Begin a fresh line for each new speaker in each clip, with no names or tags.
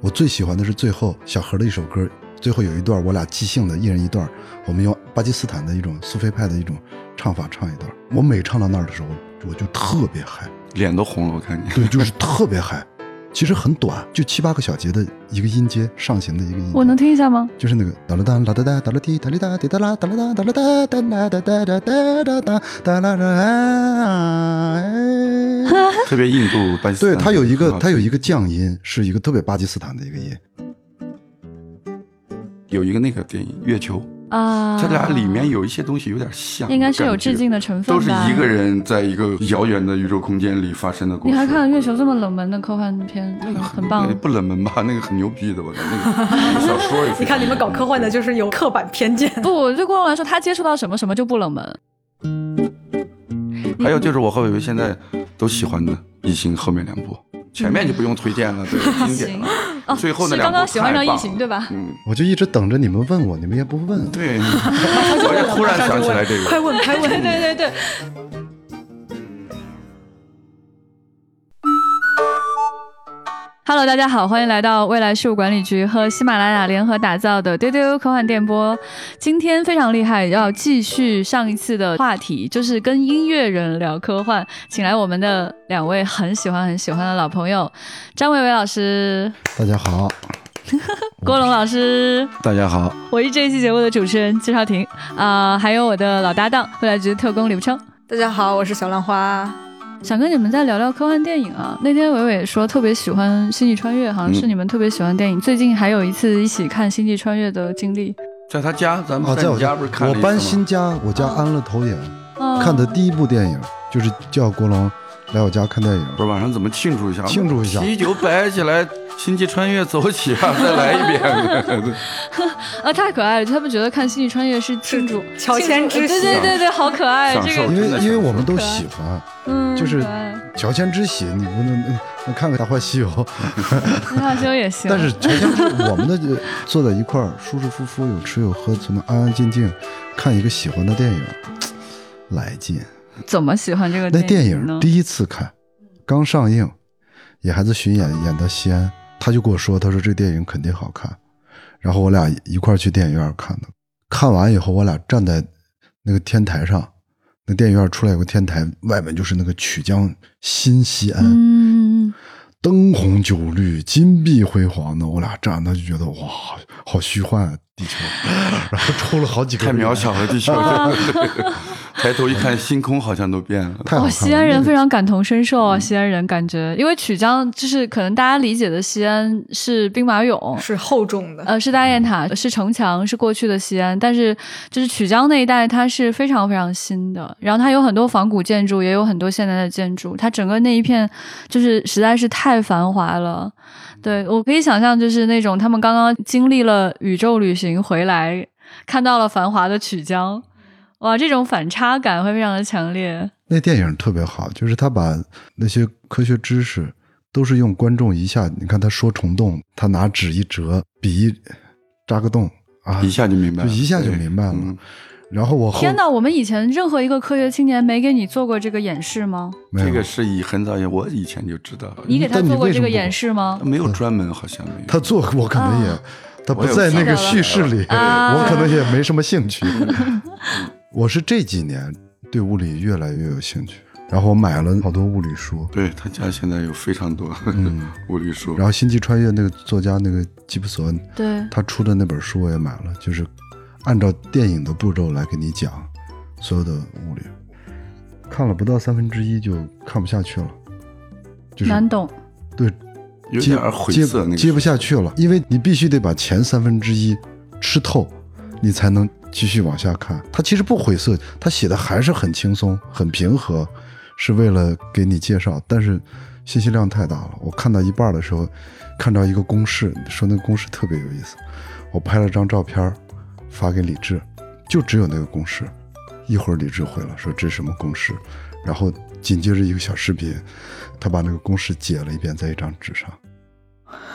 我最喜欢的是最后小何的一首歌，最后有一段我俩即兴的，一人一段，我们用巴基斯坦的一种苏菲派的一种唱法唱一段。我每唱到那儿的时候，我就特别嗨，
脸都红了，我看你。
对，就是特别嗨。其实很短，就七八个小节的一个音阶上行的一个音阶。
我能听一下吗？
就是那个哒啦哒啦哒哒哒啦滴哒哩哒滴哒啦哒啦哒哒啦哒哒啦哒哒哒哒哒哒哒啦啦。
特别印度巴基斯
对，
坦，
它有一个它有一个降音，是一个特别巴基斯坦的一个音。
有一个那个电影《月球》，
啊，
它俩里面有一些东西有点像，
应该是有
感觉
致敬的成分
都
吧。
是一个。人在一个遥远的宇宙空间里发生的故
你
事。
还看了月球这么冷门的科幻片，很很棒
那。不冷门吧？那个很牛逼的，我觉得那 个小说也非常
你看你们搞科幻的，就是有刻板偏 见。
不，对观众来说，他接触到什么什么就不冷门。
还有就是我和伟伟现在都喜欢的《异形》后面两部，前面就不用推荐了，对，经典了。
哦，
最后那
是
两
刚
部
刚喜欢上
太棒
异形
了
对吧？
嗯，
我就一直等着你们问我，你们也不问。
对，我也突然想起来这
快
个。
问快
对
问！
对对对，Hello，大家好，欢迎来到未来事务管理局和喜马拉雅联合打造的丢丢科幻电波。今天非常厉害，要继续上一次的话题，就是跟音乐人聊科幻，请来我们的两位很喜欢很喜欢的老朋友，张伟伟老师、
大家好，
郭龙老师。
大家好，
我是这一期节目的主持人季少廷啊、还有我的老搭档未来局特工李步昌。
大家好，我是小浪花。
想跟你们再聊聊科幻电影啊。那天伟伟说特别喜欢《星际穿越》，好像是
嗯
你们特别喜欢的电影。最近还有一次一起看《星际穿越》的经历。
在他家，咱
啊，
们
在
在
我
你
家，
家不是看
我
了一次
搬
吗
新家，我家安了投影，
啊
看的第一部电影就是叫郭龙来我家看电影。
不是晚上怎么庆祝一下？
庆祝一下
啤酒摆起来，星际穿越走起啊！再来一 遍。
啊，太可爱了！他们觉得看《星际穿越》是庆祝
是乔迁之啊
庆祝对对
喜
对对，好可爱，
享
这
受
个
因
真的
为因为
享
我们
受
都
可爱
喜欢
嗯，
就是
可爱
乔迁之喜，你不能那那看看《大话西游》，
那大修也行。
但是乔迁之我们的这坐在一块儿，舒舒服服，有吃有喝，从那安安静静看一个喜欢的电影，来劲。
怎么喜欢这个
那
电
电
呢
影？第一次看，刚上映，野孩子巡演演到西安，他就跟我说，他说这电影肯定好看，然后我俩一块儿去电影院看的。看完以后，我俩站在那个天台上，那电影院出来有个天台，外面就是那个曲江新西安，
嗯，
灯红酒绿、金碧辉煌的，我俩站那就觉得哇，好虚幻啊，地球， 然后抽了好几个
太
人
渺小了，地球。 抬头一看，星空好像都变了。
太好看了。
哦，西安人
那
非
个嗯
常感同身受啊！西安人感觉，因为曲江就是可能大家理解的西安是兵马俑，
是厚重的，
呃，是大雁塔，是城墙，是过去的西安，但是就是曲江那一带，它是非常非常新的。然后它有很多仿古建筑，也有很多现代的建筑。它整个那一片就是实在是太繁华了。对我可以想象，就是那种他们刚刚经历了宇宙旅行回来，看到了繁华的曲江，哇，这种反差感会非常的强烈。
那电影特别好，就是他把那些科学知识都是用观众一下，你看他说虫洞，他拿纸一折，笔一扎个洞啊，
一下就明白了，
就一下就明白了
嗯
然后我后
天哪，我们以前任何一个科学青年没给你做过这个演示吗？
没有
这个是以很早以我以前就知道了，
你给他
嗯但你
做过
为什
这
么
个
不
演
懂
示吗？
没有专门好像没有。
他做过，我可能也、
啊
他不
我有
在那
看到
个
了
叙事里，
啊
我可能也没什么兴趣。我是这几年对物理越来越有兴趣，然后我买了好多物理书，
对他家现在有非常多 物理书
嗯然，后《星际穿越》那个作家那个吉普索恩，
对。
他出的那本书我也买了，就是按照电影的步骤来给你讲所有的物理。看了不到三分之一就看不下去了，就是
难懂，
对
有
接
点晦
接
涩那个
接不下去了，因为你必须得把前三分之一吃透，你才能继续往下看。他其实不晦涩，他写的还是很轻松、很平和，是为了给你介绍，但是信息量太大了。我看到一半的时候，看到一个公式，说那个公式特别有意思，我拍了张照片儿发给李志，就只有那个公式。一会儿李志回来说这是什么公式，然后紧接着一个小视频，他把那个公式解了一遍在一张纸上，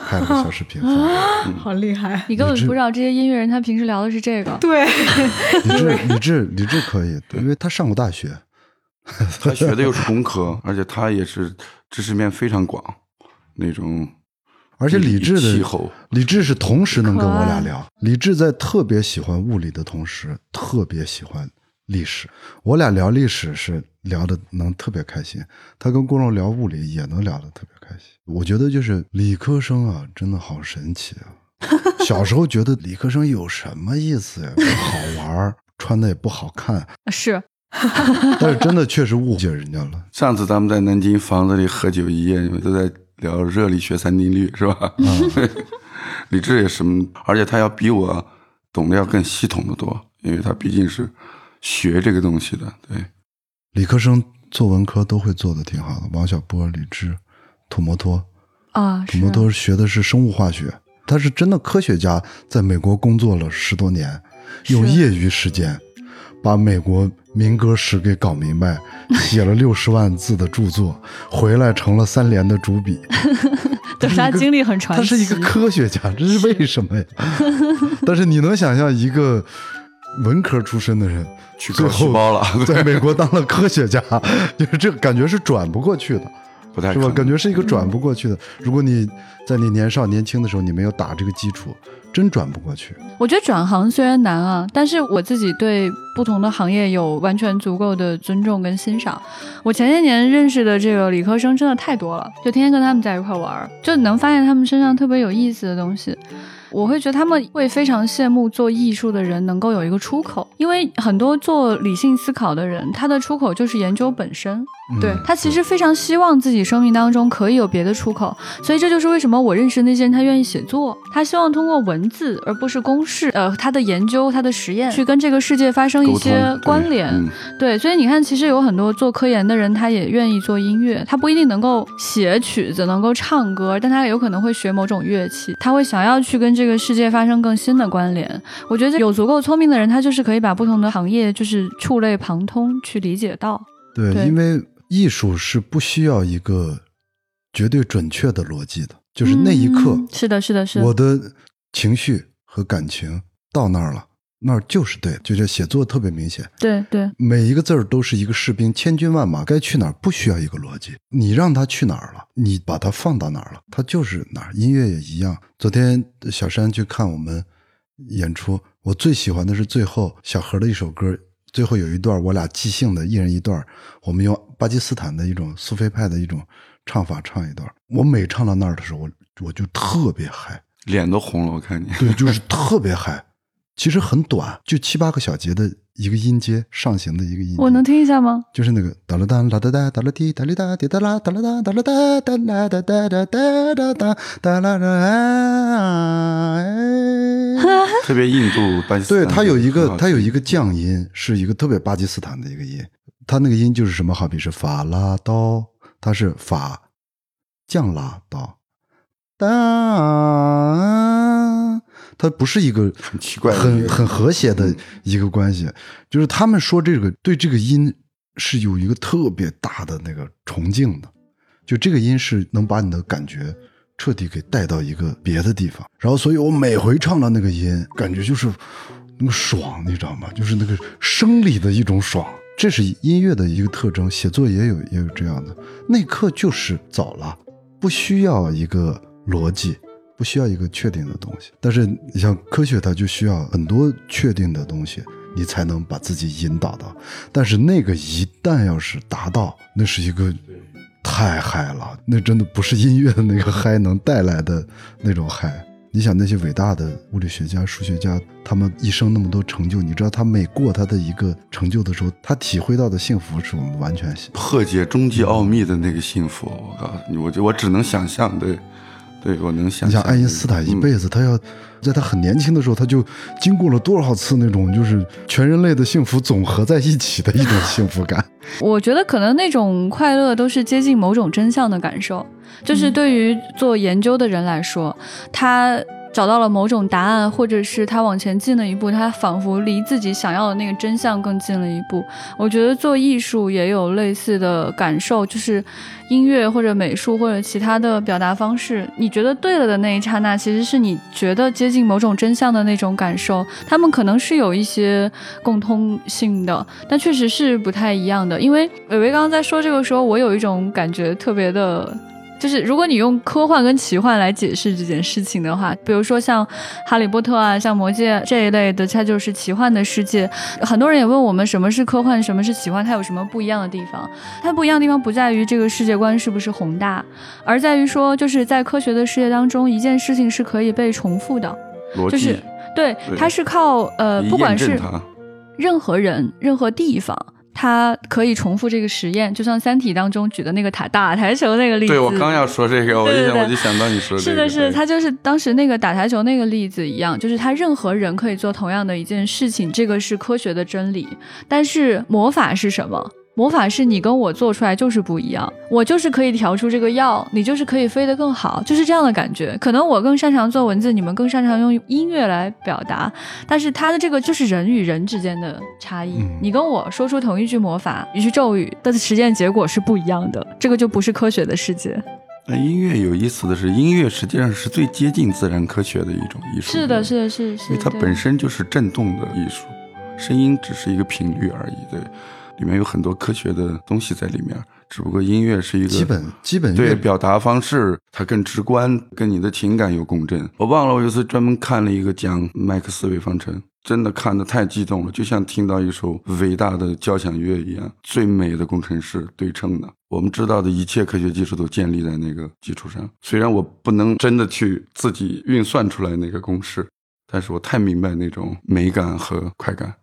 拍了个小视频发给我。
啊
嗯
好厉害！
你根本
理智
不知道这些音乐人他平时聊的是这个。
对，
李志，李志，李志可以，因为他上过大学。
他 学的又是工科，而且他也是知识面非常广，那种
而且李志
气
的
候，
李志是同时能跟我
可
俩
爱
聊。李志在特别喜欢物理的同时，特别喜欢历史。我俩聊历史是聊的能特别开心，他跟郭龙聊物理也能聊得特别开心。我觉得就是理科生啊，真的好神奇 啊！小时候觉得理科生有什么意思呀？不好玩儿，穿的也不好看，
啊是
但是真的确实误解人家了。
上次咱们在南京房子里喝酒一夜，你们都在聊热力学三定律，是吧？
嗯
李志也什么，而且他要比我懂得要更系统的多，因为他毕竟是学这个东西的。对，
理科生做文科都会做的挺好的，王小波、李志、土摩托，
啊，
土
是
摩托学的是生物化学，他是真的科学家，在美国工作了十多年，
是
有业余时间，把美国民歌史给搞明 白，写了六十万字的著作，回来成了三联的主笔。
对他经历很传
他
奇，
是一个科学家，这是为什么呀？ 但是你能想象一个文科出身的人
去
最
搞细
后
胞了，
在美国当了科学家， 就是这感觉是转不过去的，
不太
是
可
吧？
能
感觉是一个转不过去的。如果你在你年少年轻的时候，你没有打这个基础，真转不过去。
我觉得转行虽然难啊，但是我自己对不同的行业有完全足够的尊重跟欣赏。我前些年认识的这个理科生真的太多了，就天天跟他们在一块玩儿，就能发现他们身上特别有意思的东西。我会觉得他们会非常羡慕做艺术的人能够有一个出口，因为很多做理性思考的人，他的出口就是研究本身。
嗯
对
他其实非常希望自己生命当中可以有别的出口，所以这就是为什么我认识那些人，他愿意写作，他希望通过文字而不是公式，呃，他的研究、他的实验去跟这个世界发生一
沟通
些关联。
嗯，
对，所以你看，其实有很多做科研的人，他也愿意做音乐，他不一定能够写曲子，能够唱歌，但他有可能会学某种乐器，他会想要去跟这个世界发生更新的关联。我觉得有足够聪明的人，他就是可以把不同的行业就是触类旁通去理解到。
对，
对
因为艺术是不需要一个绝对准确的逻辑的，就是那一刻，
嗯是的，是的，是的
我的情绪和感情到那儿了，那儿就是对的，就这写作特别明显。
对对，
每一个字儿都是一个士兵，千军万马，该去哪儿不需要一个逻辑，你让他去哪儿了，你把他放到哪儿了，他就是哪儿。音乐也一样。昨天小山去看我们演出，我最喜欢的是最后小何的一首歌，最后有一段我俩即兴的，一人一段儿，我们用巴基斯坦的一种苏菲派的一种唱法唱一段儿。我每唱到那儿的时候，我我就特别嗨，
脸都红了，我看你。
对，就是特别嗨。其实很短，就七八个小节的一个音阶，上行的一个音阶。
我能听一下吗？
就是那个哒啦哒啦哒哒哒啦滴哒哩哒滴哒啦哒啦哒哒啦哒哒啦哒哒哒哒哒哒哒啦 啦。
特别印度巴基斯
对，
坦，
它有一个它有一
个
个降音，是一个特别巴基斯坦的一个音。它那个音就是什么？好比是法拉刀，它是法降拉刀。哒，它不是一个
很奇怪的一
很
个
很和谐的一个关系。就是他们说这个对这个音是有一个特别大的那个崇敬的，就这个音是能把你的感觉彻底给带到一个别的地方。然后，所以我每回唱到那个音，感觉就是那个爽，你知道吗？就是那个生理的一种爽。这是音乐的一个特征，写作也有也有这样的。那一刻就是早了，不需要一个逻辑，不需要一个确定的东西。但是你像科学，它就需要很多确定的东西，你才能把自己引导到。但是那个一旦要是达到，那是一个太嗨了，那真的不是音乐的那个嗨能带来的那种嗨。你想那些伟大的物理学家、数学家，他们一生那么多成就，你知道他每过他的一个成就的时候，他体会到的幸福是我们完全
破解终极奥秘的那个幸福，我告诉你，我就我只能想象，对，对我能想
你想
象。
爱因斯坦一
嗯
辈子，他要在他很年轻的时候，他就经过了多少次那种就是全人类的幸福总合在一起的一种幸福 感。
我觉得可能那种快乐都是接近某种真相的感受，就是
嗯
对于做研究的人来说，他找到了某种答案，或者是他往前进了一步，他仿佛离自己想要的那个真相更近了一步。我觉得做艺术也有类似的感受，就是音乐或者美术或者其他的表达方式，你觉得对了的那一刹那，其实是你觉得接近某种真相的那种感受。他们可能是有一些共通性的，但确呃实是不太一样的。因为伟伟刚刚在说这个时候，我有一种感觉特别的。就是如果你用科幻跟奇幻来解释这件事情的话，比如说像《哈利波特》啊、像《魔戒》这一类的，它就是奇幻的世界。很多人也问我们什么是科幻，什么是奇幻，它有什么不一样的地方？它不一样的地方不在于这个世界观是不是宏大，而在于说，就是在科学的世界当中，一件事情是可以被重复的，
嗯逻
就
辑
是对，
对
它是靠呃，
你
不管
验证
是
它
任何人、任何地方，它可以重复这个实验，就像《三体》当中举的那个塔打台球那个例子。
对我刚要说这个，我
对
一
对
想
对
我就想到你说这
是
个，
的，是的，
对
他就是当时那个打台球那个例子一样，就是他任何人可以做同样的一件事情，这个是科学的真理。但是魔法是什么？魔法是你跟我做出来就是不一样，我就是可以调出这个药，你就是可以飞得更好，就是这样的感觉。可能我更擅长做文字，你们更擅长用音乐来表达，但是它的这个就是人与人之间的差异。
嗯
你跟我说出同一句魔法、一句咒语，但是实践结果是不一样的，这个就不是科学的世界。
那音乐有意思的是，音乐实际上是最接近自然科学的一种艺术。
是的，是的，是是。
因为它
对
本身就是震动的艺术，声音只是一个频率而已。对，里面有很多科学的东西在里面，只不过音乐是一个
基本基本
对
乐
表达方式，它更直观，跟你的情感有共振。我忘了，我有一次专门看了一个讲麦克斯韦方程，真的看得太激动了，就像听到一首伟大的交响乐一样。最美的工程师对称的，我们知道的一切科学技术都建立在那个基础上。虽然我不能真的去自己运算出来那个公式，但是我太明白那种美感和快感，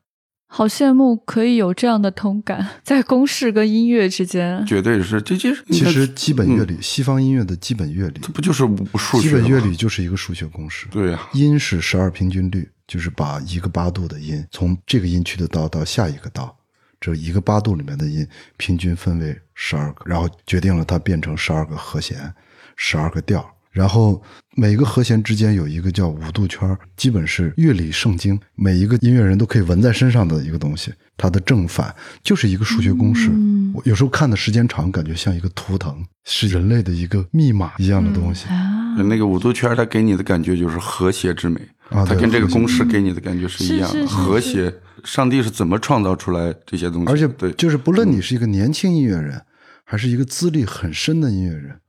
好羡慕可以有这样的同感，在公式跟音乐之间。
绝对是这些。
其实基本乐
嗯
理，西方音乐的基本乐理，
这不就是数
基
学吗？
本乐理就是一个数学公式。
对呀、
音是十二平均律，就是把一个八度的音从这个音区的道到下一个道，这一个八度里面的音平均分为十二个，然后决定了它变成十二个和弦，十二个调。然后每个和弦之间有一个叫五度圈儿，基本是乐理圣经，每一个音乐人都可以纹在身上的一个东西。它的正反就是一个数学公式。
嗯
我有时候看的时间长，感觉像一个图腾，是人类的一个密码一样的东西。
啊，
那个五度圈，它给你的感觉就是和谐之美，
嗯啊
它
对
跟这个
和谐
公式给你的感觉是一样的，
是是是
和谐。上帝是怎么创造出来这些东西的？
而且
对，
就是不论你是一个年轻音乐人，还是一个资历很深的音乐人，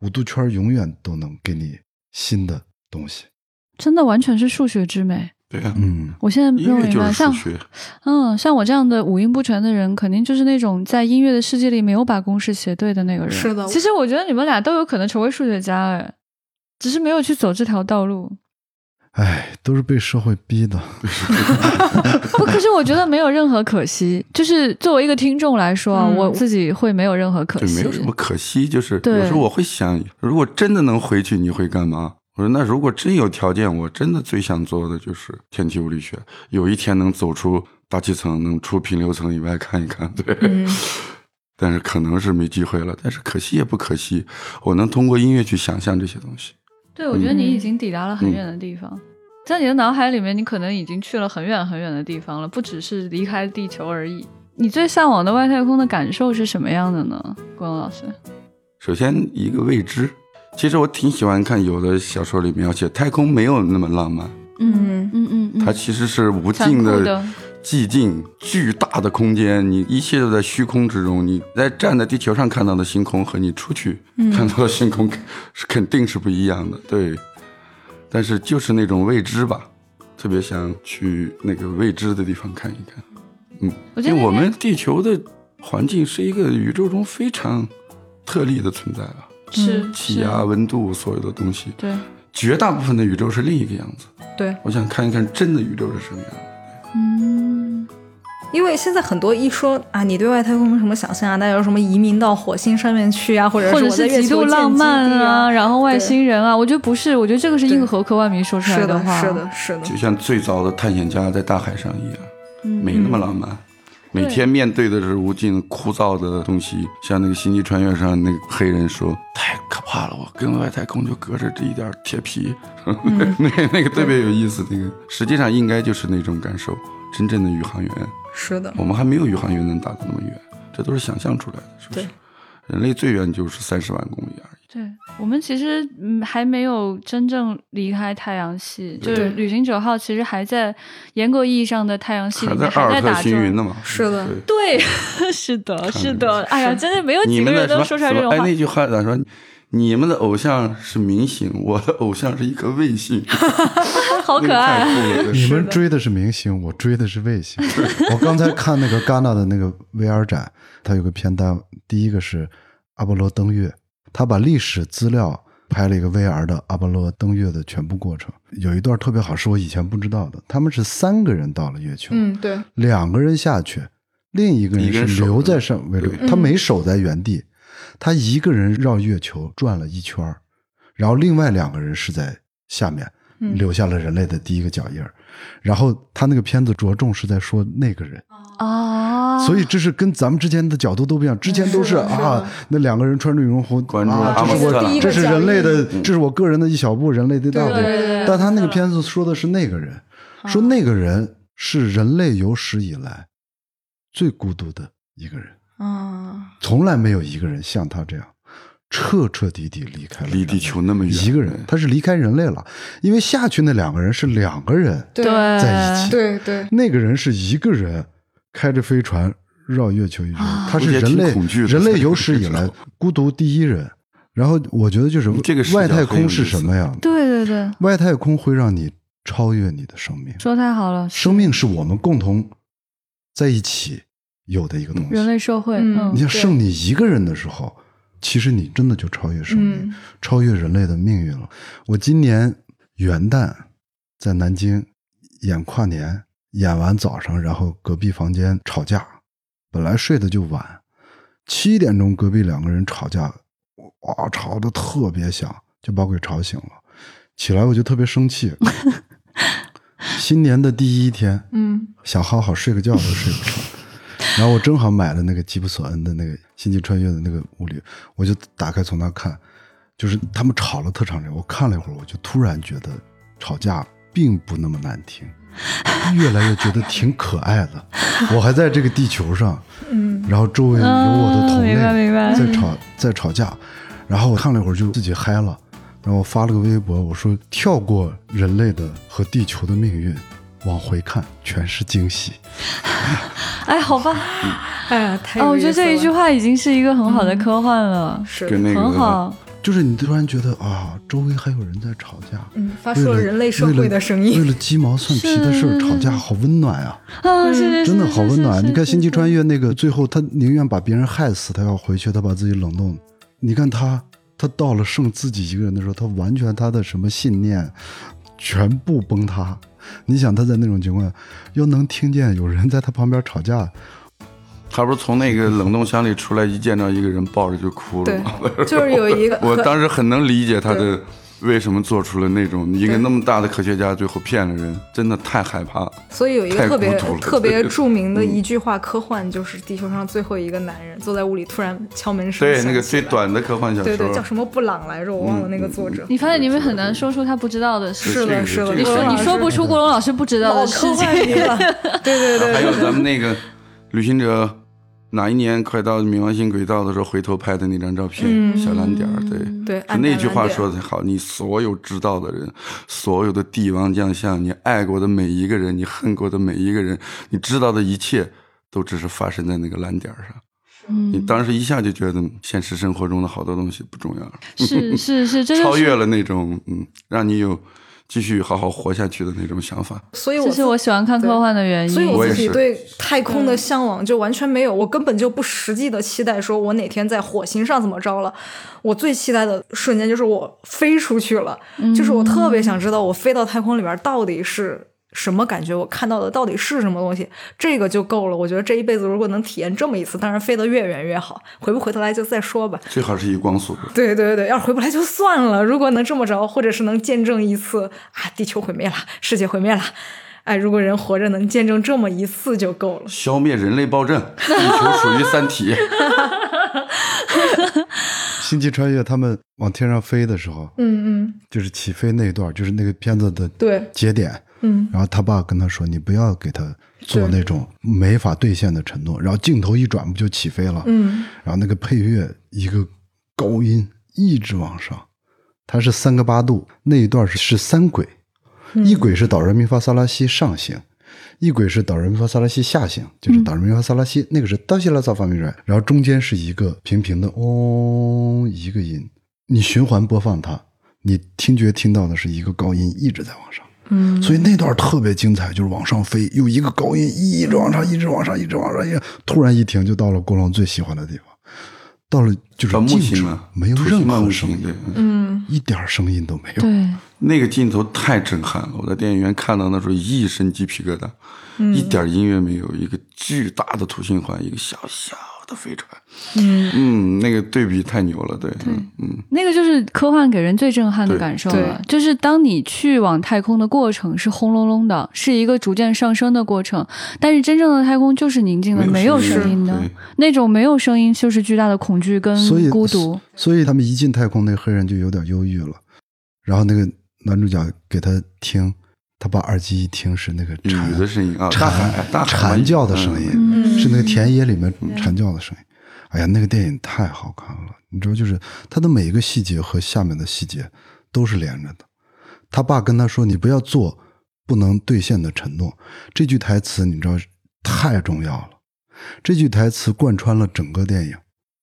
五度圈永远都能给你新的东西。
真的完全是数学之美。
对啊，
嗯，
我现在
音
弄
乐
明
就
白，
是数
像
学，
嗯，像我这样的五音不全的人，肯定就是那种在音乐的世界里没有把公式写对的那个人。
是的
其实我觉得你们俩都有可能成为数学家，哎，只是没有去走这条道路。
哎，都是被社会逼的。
不，可是我觉得没有任何可惜。就是作为一个听众来说啊，
嗯
我自己会没有任何可
对，
惜。
没有什么可惜。就是
对
有时候我会想，如果真的能回去，你会干嘛？我说，那如果真有条件，我真的最想做的就是天体物理学。有一天能走出大气层，能出平流层以外看一看，对。
嗯，
但是可能是没机会了，但是可惜也不可惜，我能通过音乐去想象这些东西。
对，我觉得你已
嗯
经抵达了很远的地方，在你的脑海里面，你可能已经去了很远很远的地方了，不只是离开地球而已。你最向往的外太空的感受是什么样的呢，郭龙老师？
首先，一个未知。其实我挺喜欢看有的小说里描写太空没有那么浪漫，
嗯
嗯嗯
它其实是无
残
尽
酷
的
的
寂静、巨大的空间，你一切都在虚空之中。你在站在地球上看到的星空和你出去
嗯
看到的星空是肯定是不一样的，对。但是就是那种未知吧，特别想去那个未知的地方看一看。嗯，
我觉
因
得
为
那
我
天
们地球的环境是一个宇宙中非常特例的存在啊了。
是
嗯
气压、温度，所有的东西，
对，
绝大部分的宇宙是另一个样子。
对，
我想看一看真的宇宙是什么样的。
嗯，
因为现在很多一说啊，你对外太空有什么想象啊？那有什么移民到火星上面去啊，或者
或
是
者
我在
是
月
极
球
度
建
浪
基
漫
地
啊，
啊？
然后外星人啊，我觉得不是，我觉得这个是硬核科幻迷说出来
是的，
话，
是的，是
嗯
的，
就像最早的探险家在大海上一样，没那么浪漫。
嗯对
每天面对的是无尽枯燥的东西，像那个《星际穿越》上那个黑人说：“太可怕了，我跟外太空就隔着这一点儿铁皮。
嗯
那那个特别有意思，那个实际上应该就是那种感受。真正的宇航员，
是的，
我们还没有宇航员能达到那么远，这都是想象出来的，是不是
对？
人类最远就是三十万公里而已。
对我们其实嗯还没有真正离开太阳系，就是
对
旅行者号其实还在严格意义上的太阳系里
还
面
在阿
还
尔
在
特
打
星
转
云。呢嘛？
是的
对
对，是的，是的，哎呀，真的没有
你
几个
们
人
的什
能
么
说出来
什
这
么哎
种话
哎，。那句话咋说？你们的偶像是明星，我的偶像是一颗卫星，那
好可
个太
爱。
酷了，真
你
是
们追的是明星，我追的是卫星。我刚才看那个戛纳的那个 VR 展，它有个片单，第一个是阿波罗登月，他把历史资料拍了一个 VR 的阿波罗登月的全部过程，有一段特别好，是我以前不知道的。他们是三个人到了月球，
嗯，对，
两个人下去，另一个
一个
人
人
是
守
留
着
在上位置
对，
嗯
他没守在原地，他一个人绕月球转了一圈儿然后另外两个人是在下面
嗯
留下了人类的第一个脚印儿。然后他那个片子着重是在说那个人，
哦，
所以这是跟咱们之前的角度都不一样。之前都
啊嗯是的是的
啊，那两个人穿着羽绒服，
关注
啊，
阿
这
姆
是
斯特
我
朗
这是人类的
嗯，
这是我个人的一小步，人类的大步
对。对对，嗯
但他那个片子说的是那个人，说那个人是人类有史以来最孤独的一个人，
啊，
从来没有一个人像他这样彻彻底底离开了
离
人类
地球那么远，
一个人，他是离开人类了，因为下去那两个人是两个人，
对
在一起
对对，
那个人是一个人开着飞船绕月球一圈，
啊
他是
我觉得
人类
挺恐惧的
人类有史以来孤独第一人。然后我觉得就是
这个视角
外太
很有
空
意思
是什么呀？
对对对，
外太空会让你超越你的生命。
说太好了，
生命是我们共同在一起有的一个东西。
人类社会，
嗯
你
嗯
像剩你一个人的时候，其实你真的就超越生命，
嗯
超越人类的命运了。我今年元旦在南京演跨年，演完早上，然后隔壁房间吵架，本来睡得就晚，七点钟隔壁两个人吵架，哇，吵得特别响，就把我给吵醒了。起来我就特别生气。新年的第一天，
嗯
想好好睡个觉都睡不着。然后我正好买了那个吉普索恩的那个《星际穿越》的那个物理，我就打开从那看，就是他们吵了特长时间。我看了一会儿，我就突然觉得吵架并不那么难听，越来越觉得挺可爱的。我还在这个地球上，
嗯，
然后周围有我的同类，
啊明白明白
在吵在吵架，然后我看了一会儿就自己嗨了，然后我发了个微博，我说跳过人类的和地球的命运，往回看全是惊喜。
哎，好吧，
哎呀，太
哦，
有
我
意
觉得
思
这一句
了
话已经是一个很好的科幻了，
是
跟
的，
那个
很好。
就是你突然觉得啊，周围还有人在吵架，
嗯，发
为
出了
了
人类社
为
会
了
的声
为
音，
了鸡毛蒜皮的事儿
是
吵架，好温暖啊！
啊，是是是，
真的好温暖。
是
你看《星际穿
越》
越》那个，最后他宁愿把别人害死，他要回去，他把自己冷冻。你看他，他到了剩自己一个人的时候，他完全他的什么信念全部崩塌。你想他在那种情况下，又能听见有人在他旁边吵架，
他不是从那个冷冻箱里出来，一见到一个人抱着就哭了
对
吗？，
就是有一个
我
和
当时很能理解他的为什么做出了那种一个那么大的科学家，最后骗了人，真的太害怕了。
所以有一个
太
特别
孤独了嗯
特别
这个
著名的一句话科幻，就是地球上最后一个男人坐在屋里突然敲门声，
对，那个最，短的科幻小说，嗯
对对，叫什么布朗来着？我忘了那个作者。
你发现你们很难说出他不知道的事
是
情。
的，
这
是的，
个这
你说
个
你说不出郭龙老师不知道
老
的事
科
情
幻，迷了， 对对对，
啊还 有咱们那个旅行者，哪一年快到冥王星轨道的时候，回头拍的那张照片，小蓝点儿，对。
对，
就
按
那
照
句话
嗯蓝点
说的好，你所有知道的人，所有的帝王将相，你爱过的每一个人，你恨过的每一个人，你知道的一切，都只是发生在那个蓝点儿上。你
嗯，
当时一下就觉得现实生活中的好多东西不重要了，
是是是，这就是
超越了那种嗯，让你有继续好好活下去的那种想法。
所以我
这是我嗯喜欢看科幻的原因。
所以
我
我
也
自己
是
对太空的向往就完全没有，我根本就不实际的期待，说我哪天在火星上怎么着了。我最期待的瞬间就是我飞出去了，
嗯
就是我特别想知道我飞到太空里边到底是什么感觉，我看到的到底是什么东西，这个就够了。我觉得这一辈子如果能体验这么一次，当然飞得越远越好，回不回头来就再说吧。
最好是以光速，
对对对，要是回不来就算了。如果能这么着，或者是能见证一次啊，地球毁灭了，世界毁灭了，哎，如果人活着能见证这么一次就够了。
消灭人类暴 政，地球属于三体。
《星际穿越》他们往天上飞的时候，
嗯嗯，
就是起飞那一段，就是那个片子的
对，
节点。
嗯
然后他爸跟他说：“你不要给他做那种没法兑现的承诺。”然后镜头一转，不就起飞了？
嗯，
然后那个配乐一个高音一直往上，它是三个八度，那一段是是三轨，
嗯
一轨是哆来咪发嗦拉西上行，一轨是哆来咪发嗦拉西下行，就是哆来咪发嗦拉西，那个是哆西拉嗦发咪来，然后中间是一个平平的嗡、一个音，你循环播放它，你听觉听到的是一个高音一直在往上。嗯，所以那段特别精彩，就是往上飞，有一个高音一直往上，一直往上，一直往上，一直突然一停就到了郭龙最喜欢的地方，到了就是
到木
静
琴
止
嘛，，
没有
土
任
星嘛
何
木
声
琴
音，
对，
嗯，
一点声音都没有。
对，
那个镜头太震撼了，我在电影院看到那时候一身鸡皮疙瘩，
嗯
一点音乐没有，一个巨大的土星环，一个小小的飞船，嗯那个对比太牛了，对，嗯嗯，
那个就是科幻给人最震撼的感受了，就是当你去往太空的过程是轰隆隆的，是一个逐渐上升的过程，但是真正的太空就是宁静的，没有声音的
对，
那种没有声音就是巨大的恐惧跟
所以
孤独。
所以他们一进太空，那黑人就有点忧郁了。然后那个男主角给他听，他把耳机一听是那个蝉
雨的声音啊，大海
蝉
大海
蝉叫的声音，
嗯
嗯
是那个田野里面蝉叫的声音。哎呀，那个电影太好看了，你知道，就是它的每一个细节和下面的细节都是连着的。他爸跟他说：“你不要做不能兑现的承诺。”这句台词你知道太重要了，这句台词贯穿了整个电影。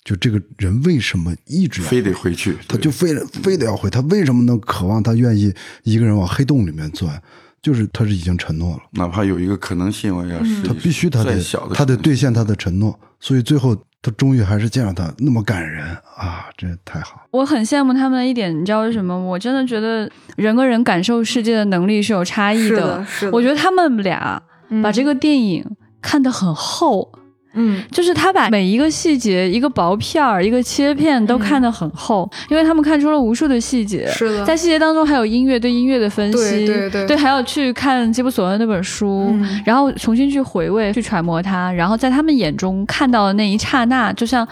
就这个人为什么一直要
非得回去，
他
对
就非得非得要回，他为什么能渴望？他愿意一个人往黑洞里面钻，就是他是已经承诺了，
哪怕有一个可能性，我也要
嗯
试一试，
他必须他
再
得
小的
他得
可能性
兑现他的承诺，所以最后他终于还是见到他，那么感人啊，真太好。
我很羡慕他们的一点，你知道是什么？我真的觉得人跟人感受世界的能力是有差异
是的，是的，嗯
我觉得他们俩
得
把这个电影看得很厚，
嗯
就是他把每一个细节、一个薄片儿、一个切片都看得很厚，因为他们看出了无数的细节。
嗯是的
在细节当中还有音乐对音乐的分析，
对对对
还有去看吉普索恩那本书，
嗯
然后重新去回味、去揣摩它，然后在他们眼中看到的那一刹那，就像。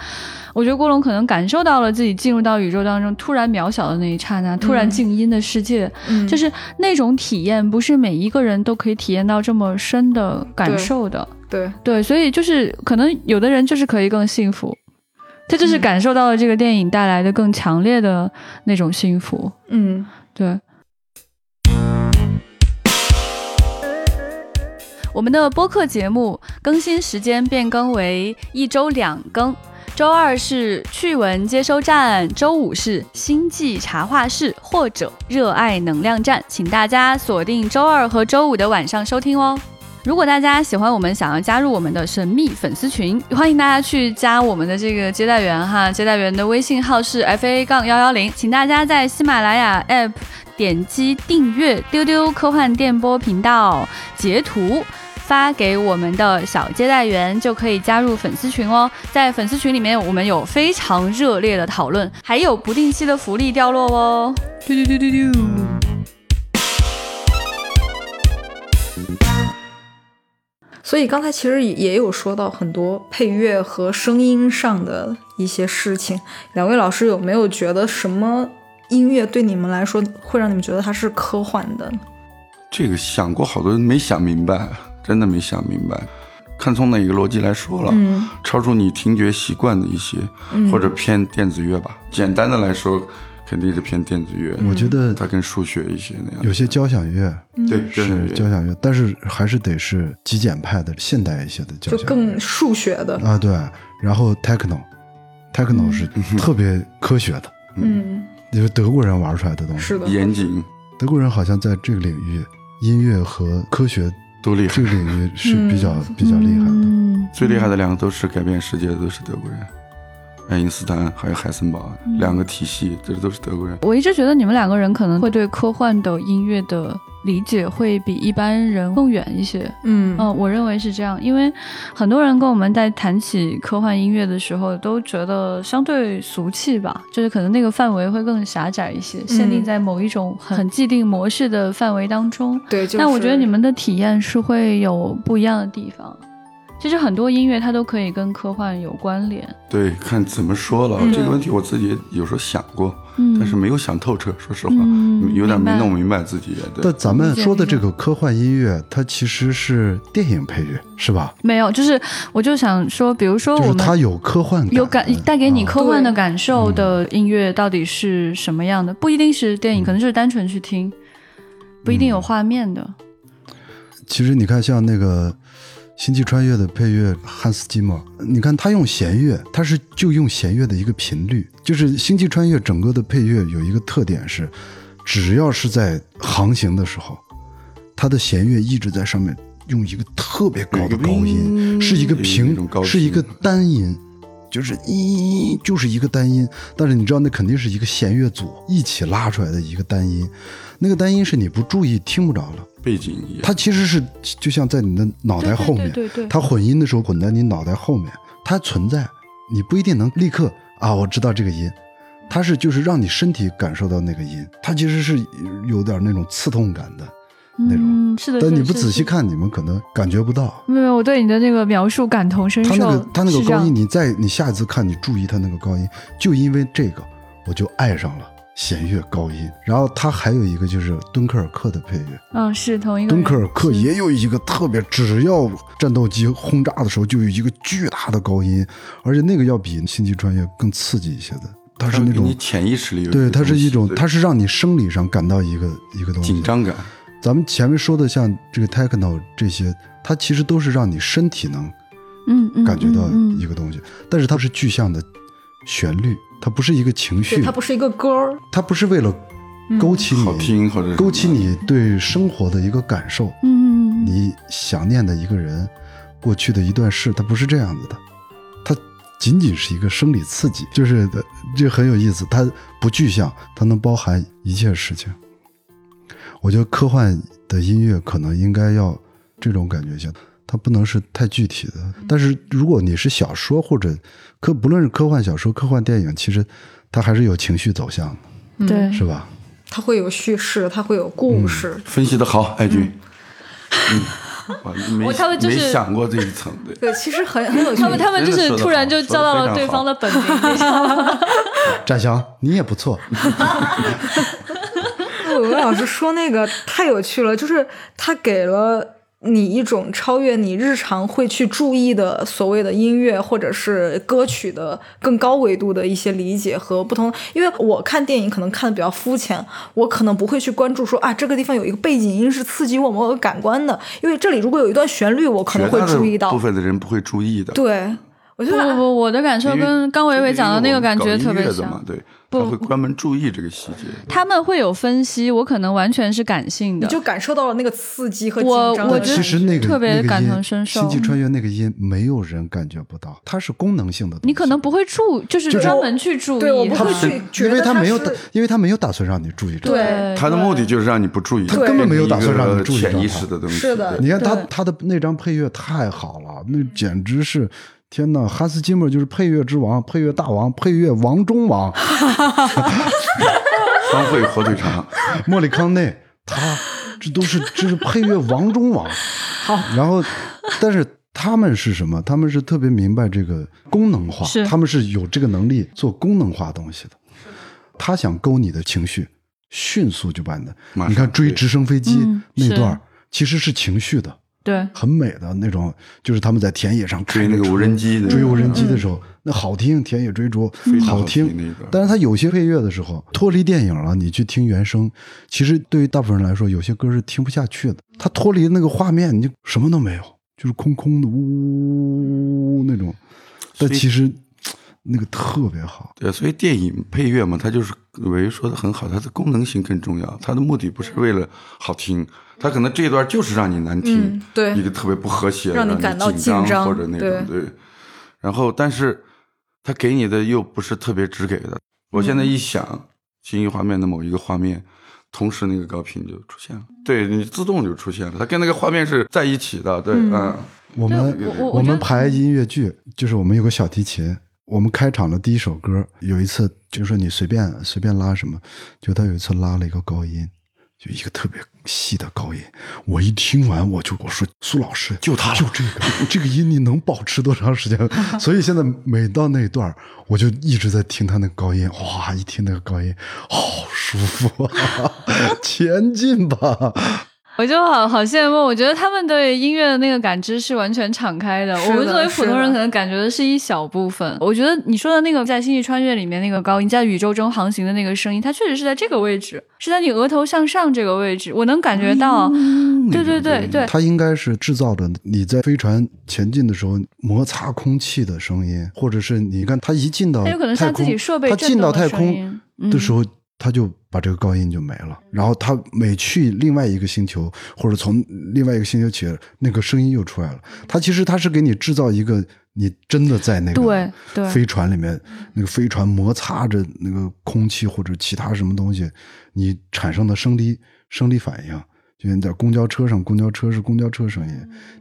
我觉得郭龙可能感受到了自己进入到宇宙当中突然渺小的那一刹那，突然静音的世界，
嗯，
就是那种体验，不是每一个人都可以体验到这么深的感受的。
对，
对，所以就是可能有的人就是可以更幸福，他就是感受到了这个电影带来的更强烈的那种幸福。
嗯
对。我们的播客节目更新时间变更为一周两更，周二是趣闻接收站，周五是星际茶话室或者热爱能量站，请大家锁定周二和周五的晚上收听哦。如果大家喜欢我们，想要加入我们的神秘粉丝群，欢迎大家去加我们的这个接待员哈，接待员的微信号是 f a 杠幺幺零，请大家在喜马拉雅 app 点击订阅丢丢科幻电波频道，截图。发给我们的小接待员就可以加入粉丝群哦，在粉丝群里面我们有非常热烈的讨论，还有不定期的福利掉落哦。嘟嘟嘟嘟嘟。
所以刚才其实也也有说到很多配乐和声音上的一些事情，两位老师有没有觉得什么音乐对你们来说会让你们觉得它是科幻的？
这个想过好多人没想明白，真的没想明白。看从哪一个逻辑来说了，
嗯
超出你听觉习惯的一些，
嗯
或者偏电子乐吧。简单的来说，肯定是偏电子乐，
嗯我觉得
它跟数学一些那样。
有些交响乐
对，嗯交响
是
乐
交响乐，但是还是得是极简派的现代一些的交响
就
乐
更嗯数学的，
啊，对。然后 techno，techno 是
嗯
特别科学的，
嗯，
就是德国人玩出来的东西。
是的，
严谨
德国人好像在这个领域，音乐和科学
都厉害
这个，领域是比较、比较厉害的。
嗯，
最厉害的两个都是改变世界的，都是德国人，爱因斯坦还有海森堡
嗯
两个体系，这都是德国人。
我一直觉得你们两个人可能会对科幻的音乐的理解会比一般人更远一些。
嗯
嗯，我认为是这样，因为很多人跟我们在谈起科幻音乐的时候，都觉得相对俗气吧，就是可能那个范围会更狭窄一些，限定在某一种很很既定模式的范围当中。
对，就是、
但我觉得你们的体验是会有不一样的地方。其实很多音乐它都可以跟科幻有关联。
对，看怎么说了
嗯
这个问题，我自己也有时候想过，
嗯，
但是没有想透彻，说实话，
嗯
有点没
明白
弄明白自己。对
但咱们说的这个科幻音乐，它其实是电影配乐，是吧？
没有，就是我就想说，比如说
就
我
是
们
它有科幻
有
感
感
嗯，
带给你科幻的
对
感受的音乐到底是什么样的？不一定是电影，
嗯
可能就是单纯去听，不一定有画面的。
其实你看，像那个《星际穿越》的配乐汉斯季默，你看他用弦乐，他是就用弦乐的一个频率，就是《星际穿越》整个的配乐有一个特点是，只要是在航行的时候，它的弦乐一直在上面用一个特别高的高音，是一个
嗯有一
平
种高，频
是一个单音。就是一就是一个单音，但是你知道那肯定是一个弦乐组一起拉出来的一个单音，那个单音是你不注意听不着了，
背景音乐，
它其实是就像在你的脑袋嗯哦后面，
对对对对对
它混音的时候混在你脑袋后面，它存在，你不一定能立刻啊，我知道这个音，它是就是让你身体感受到那个音，它其实是有点那种刺痛感的，那种
嗯，是的，
但
是
你
的
不
是
仔
的
细看，你们可能感觉不到。
没有，没有，我对你的那个描述感同身受。
它那个它那个
是这
高
样
音，你再你下一次看，你注意它那个高音，就因为这个，我就爱上了弦乐高音。然后它还有一个就是敦刻尔克的配乐，
嗯，是同一个
敦
人。
刻尔克
是
也有一个特别，只要战斗机轰炸的时候，就有一个巨大的高音，而且那个要比《星际穿越》更刺激一些的，它是
它
那
给你
种，
潜意识里有
对，
个
它是
东西
一种，
对
它是让你生理上感到一个一个东西
紧。张感，
咱们前面说的像这个 techno 这些，它其实都是让你身体能
嗯嗯，
感觉到
嗯
一个东西，但是它是具象的旋律，它不是一个情
对，
绪，
它不是一个歌儿，
它不是为了勾起
好
你、
听或者是
勾起
什么
你对生活的一个感受，
嗯嗯嗯嗯，
你想念的一个人，过去的一段事，它不是这样子的，它仅仅是一个生理刺激，就是呃这很有意思，它不具象，它能包含一切事情。我觉得科幻的音乐可能应该要这种感觉性，它不能是太具体的。但是如果你是小说或者科，不论是科幻小说、科幻电影，其实它还是有情绪走向的，
嗯
对，
是吧？
它会有叙事，它会有故事。
分析的好，艾 军。嗯，我没
我他们就是
没想过这一层，对，
对，其实很很有趣。
他们他们就
真的
是
说得
突然
好
就
说得
叫到
非
了
常
对
好
方的本名，你知道吗
展翔，你也不错，
对文哎老师说那个太有趣了，就是他给了你一种超越你日常会去注意的所谓的音乐或者是歌曲的更高维度的一些理解和不同。因为我看电影可能看的比较肤浅，我可能不会去关注说啊这个地方有一个背景音是刺激我某个感官的，因为这里如果有一段旋律，我可能
绝
会
大
注意
的部
到。
分的人不会注意的。
对，我觉
不
得
不
啊
不，我的感受
因为
跟刚维维讲的那个感觉特
因为我们
别
搞音乐的嘛
像，。
对，
不
他会专门注意这个细节。
他们会有分析，我可能完全是感性
你
的。
就感受到了那个刺激和紧
我
张
我
的
觉得
其实那个
特别
那个
感
音
同身受
星
嗯
际穿越那个音，没有人感觉不到，它是功能性的东西。
你可能不会注，就是
就是
专门去注
对我
意
不
它
它
会
不是
去觉
因为
得
它
它
没有
是
打，因为它没有打算让你注意这个。
对
他的目的就是让你不注意，
他
根本
没有打算让
这
你
是
注意
一
到它
个潜意识的东西。
是的
你看他
对
他的那张配乐太好了，那
嗯
简直是天呐！汉斯季默就是配乐之王，配乐大王，配乐王中王，
双汇火腿 肠，
莫里康内，他这都是这是配乐王中王。好，然后但是他们是什么？他们是特别明白这个功能化
是，
他们是有这个能力做功能化东西的。他想勾你的情绪，迅速就把你的
马，上
你看追
对
直升飞机
嗯
那
是
段儿其实是情绪的。
对，
很美的那种，就是他们在田野上
追
追
那个无人机的，
追无人机的时候，那好听，田野追逐
非常
好
好听
听
那个。
但是它有些配乐的时候脱离电影了，你去听原声，其实对于大部分人来说，有些歌是听不下去的。它脱离那个画面，你就什么都没有，就是空空的，呜呜呜呜那种。但其实那个特别好，
对，所以电影配乐嘛，它就是维说的很好，它的功能性更重要，它的目的不是为了好听，它可能这一段就是让你难听
嗯，对
一个特别不和谐，
让你
你
感到
紧
紧张
或者那种对。然后，但是它给你的又不是特别直给的。我现在
嗯
一想，新一画面的某一个画面，同时那个高频就出现了，对你自动就出现了，它跟那个画面是在一起的，对，
嗯
嗯，
我们
对我我我
我
觉得
们排音乐剧，就是我们有个小提琴，我们开场的第一首歌，有一次就说你随便随便拉什么，就他有一次拉了一个高音，就一个特别细的高音，我一听完我就我说苏老师就他就这个这个音你能保持多长 时间？所以现在每到那一段儿我就一直在听他那个高音，哇，啊 一听那个高音好舒服啊，前进吧。
我就好好羡慕，我觉得他们对音乐的那个感知是完全敞开的。
是的
我们作为普通
是
人，
的
可能感觉的是一小部分。我觉得你说的那个在《星际穿越》里面那个高音，在宇宙中航行的那个声音，它确实是在这个位置，是在你额头向上这个位置，我能感觉到。对对对对，
它应该是制造着你在飞船前进的时候摩擦空气的声音，或者是你看它一进到
它有可能是它
太
自
空，
己设备
它进到太
震动的声音
空的时候，它就把这个高音就没了。然后它每去另外一个星球，或者从另外一个星球起来，那个声音又出来了。它其实它是给你制造一个你真的在那个
对对
飞船里面，那个飞船摩擦着那个空气或者其他什么东西，你产生的生理生理反应，啊就像在公交车上，公交车是公交车声音，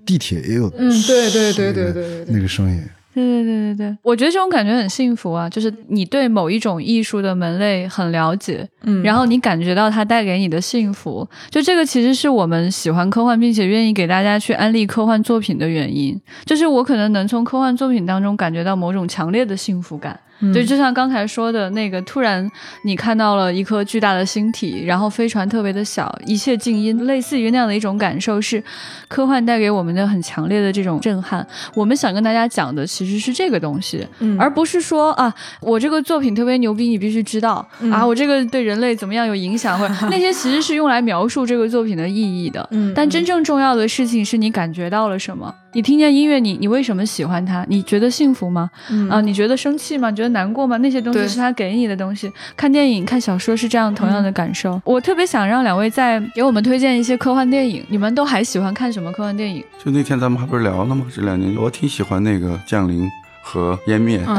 地铁也有，
嗯对对对对对对对
那个声音，
对对对对对，我觉得这种感觉很幸福啊，就是你对某一种艺术的门类很了解，
嗯
然后你感觉到它带给你的幸福，就这个其实是我们喜欢科幻，并且愿意给大家去安利科幻作品的原因。就是我可能能从科幻作品当中感觉到某种强烈的幸福感。对，就像刚才说的那个，突然你看到了一颗巨大的星体，然后飞船特别的小，一切静音，类似于那样的一种感受，是科幻带给我们的很强烈的这种震撼。我们想跟大家讲的其实是这个东西，
嗯
而不是说啊，我这个作品特别牛逼，你必须知道、
嗯
啊，我这个对人类怎么样有影响，或 者那些其实是用来描述这个作品的意义的。
嗯
但真正重要的事情是你感觉到了什么，你听见音乐，你你为什么喜欢它？你觉得幸福吗？
嗯
啊，你觉得生气吗？你觉得难过吗？那些东西
对
是他给你的东西。看电影、看小说是这样同样的感
嗯
受。我特别想让两位再给我们推荐一些科幻电影，你们都还喜欢看什么科幻电影？
就那天咱们还不是聊了吗？这两年我挺喜欢那个《降临》和《湮灭》，对，
啊，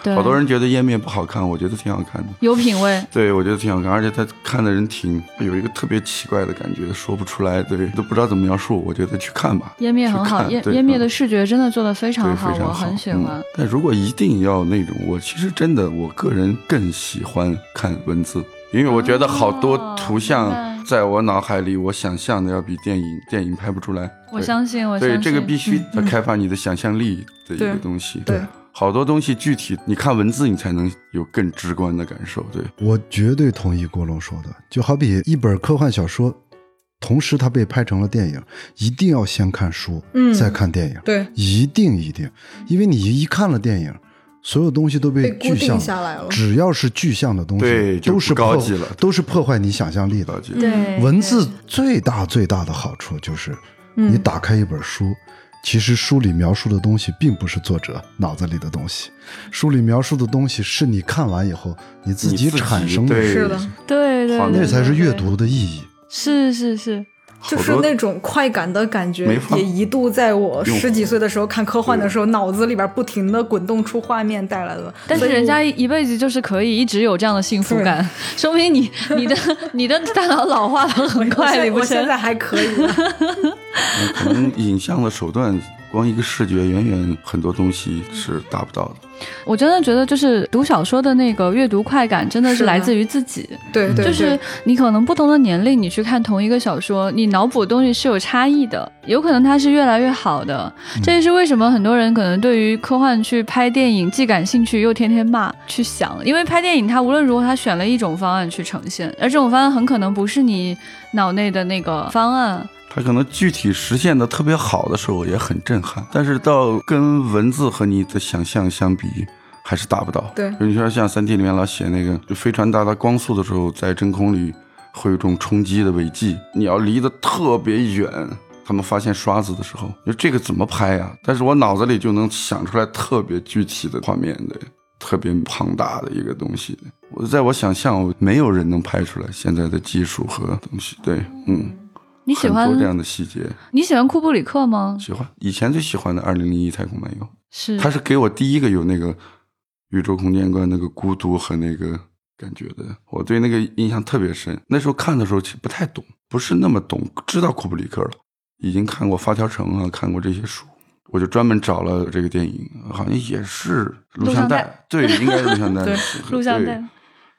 湮
对，
灭》。好多人觉得《湮灭》不好看，我觉得挺好看的。
有品位。
对，我觉得挺好看，而且他看的人挺有一个特别奇怪的感觉，说不出来，对，都不知道怎么描述。我觉得去看吧，
湮灭很好，
去看
湮
对嗯
湮灭的视觉真的做的非
对
常
非常
我很喜欢
嗯。但如果一定要那种，我其实真的我个人更喜欢看文字，因为我觉得好多
哦
图像
明白
在我脑海里，我想象的要比电影电影拍不出来。
我
对
相信，我相
对
信
这个必须
嗯嗯
开发你的想象力的一个
对
东西。
对，
好多东西具体你看文字，你才能有更直观的感受。对，
我绝对同意郭龙说的，就好比一本科幻小说，同时它被拍成了电影，一定要先看书，
嗯
再看电影，
对
一定一定，因为你一看了电影，所有东西都被
被固
具象
定下来了
只要是具象的东西，
对就
都是
不高
破
级了
都是破坏你想象力的
了。解。
对
嗯文字最大最大的好处就是，
嗯
你打开一本书，其实书里描述的东西并不是作者脑子里的东西，书里描述的东西是你看完以后你自己
你自己
产生的
对，
是的
对对，
好
对
那才是
对
阅
对
读的意义。
是是是，
好
就是
多
那种快感的感觉
没，法
也一度在我
用
十几岁的时候看科幻的时候，脑子里边不停的滚动出画面带来的。
但是人家一辈子就是可以一直有这样的幸福感，说 明你你的你的大脑老化的很
我
快，
现
李
我
不
现
谦
在。还可以，
嗯可能影像的手段，光一个视觉，远远很多东西是达不到的。
我真的觉得，就是读小说的那个阅读快感，真的
是
啊
是
的
来自于自己。
对对，
就是你可能不同的年龄，你去看同一个小说，你脑补的东西是有差异的，有可能它是越来越好的。
嗯
这也是为什么很多人可能对于科幻去拍电影既感兴趣又天天骂去想，因为拍电影它无论如何它选了一种方案去呈现，而这种方案很可能不是你脑内的那个方案。
它可能具体实现的特别好的时候也很震撼，但是到跟文字和你的想象相比，还是达不到。
对
就你说像《三体》里面老写那个，就飞船到达光速的时候，在真空里会有一种冲击的尾迹，你要离得特别远。他们发现刷子的时候，你说这个怎么拍呀、但是我脑子里就能想出来特别具体的画面对，特别庞大的一个东西。我在我想象，我没有人能拍出来现在的技术和东西。对，嗯。
你喜
很
欢
多这样的细节，
你喜欢库布里克吗？
喜欢。以前最喜欢的《二零零一太空漫游
是》，
它是给我第一个有那个宇宙空间观、那个孤独和那个感觉的，我对那个印象特别深。那时候看的时候其实不太懂，不是那么懂，知道库布里克了，已经看过《发条城》啊，看过这些书。我就专门找了这个电影，好像也是录
录
像
像带
带，对，应该是录像带，
对
是
录像。带
对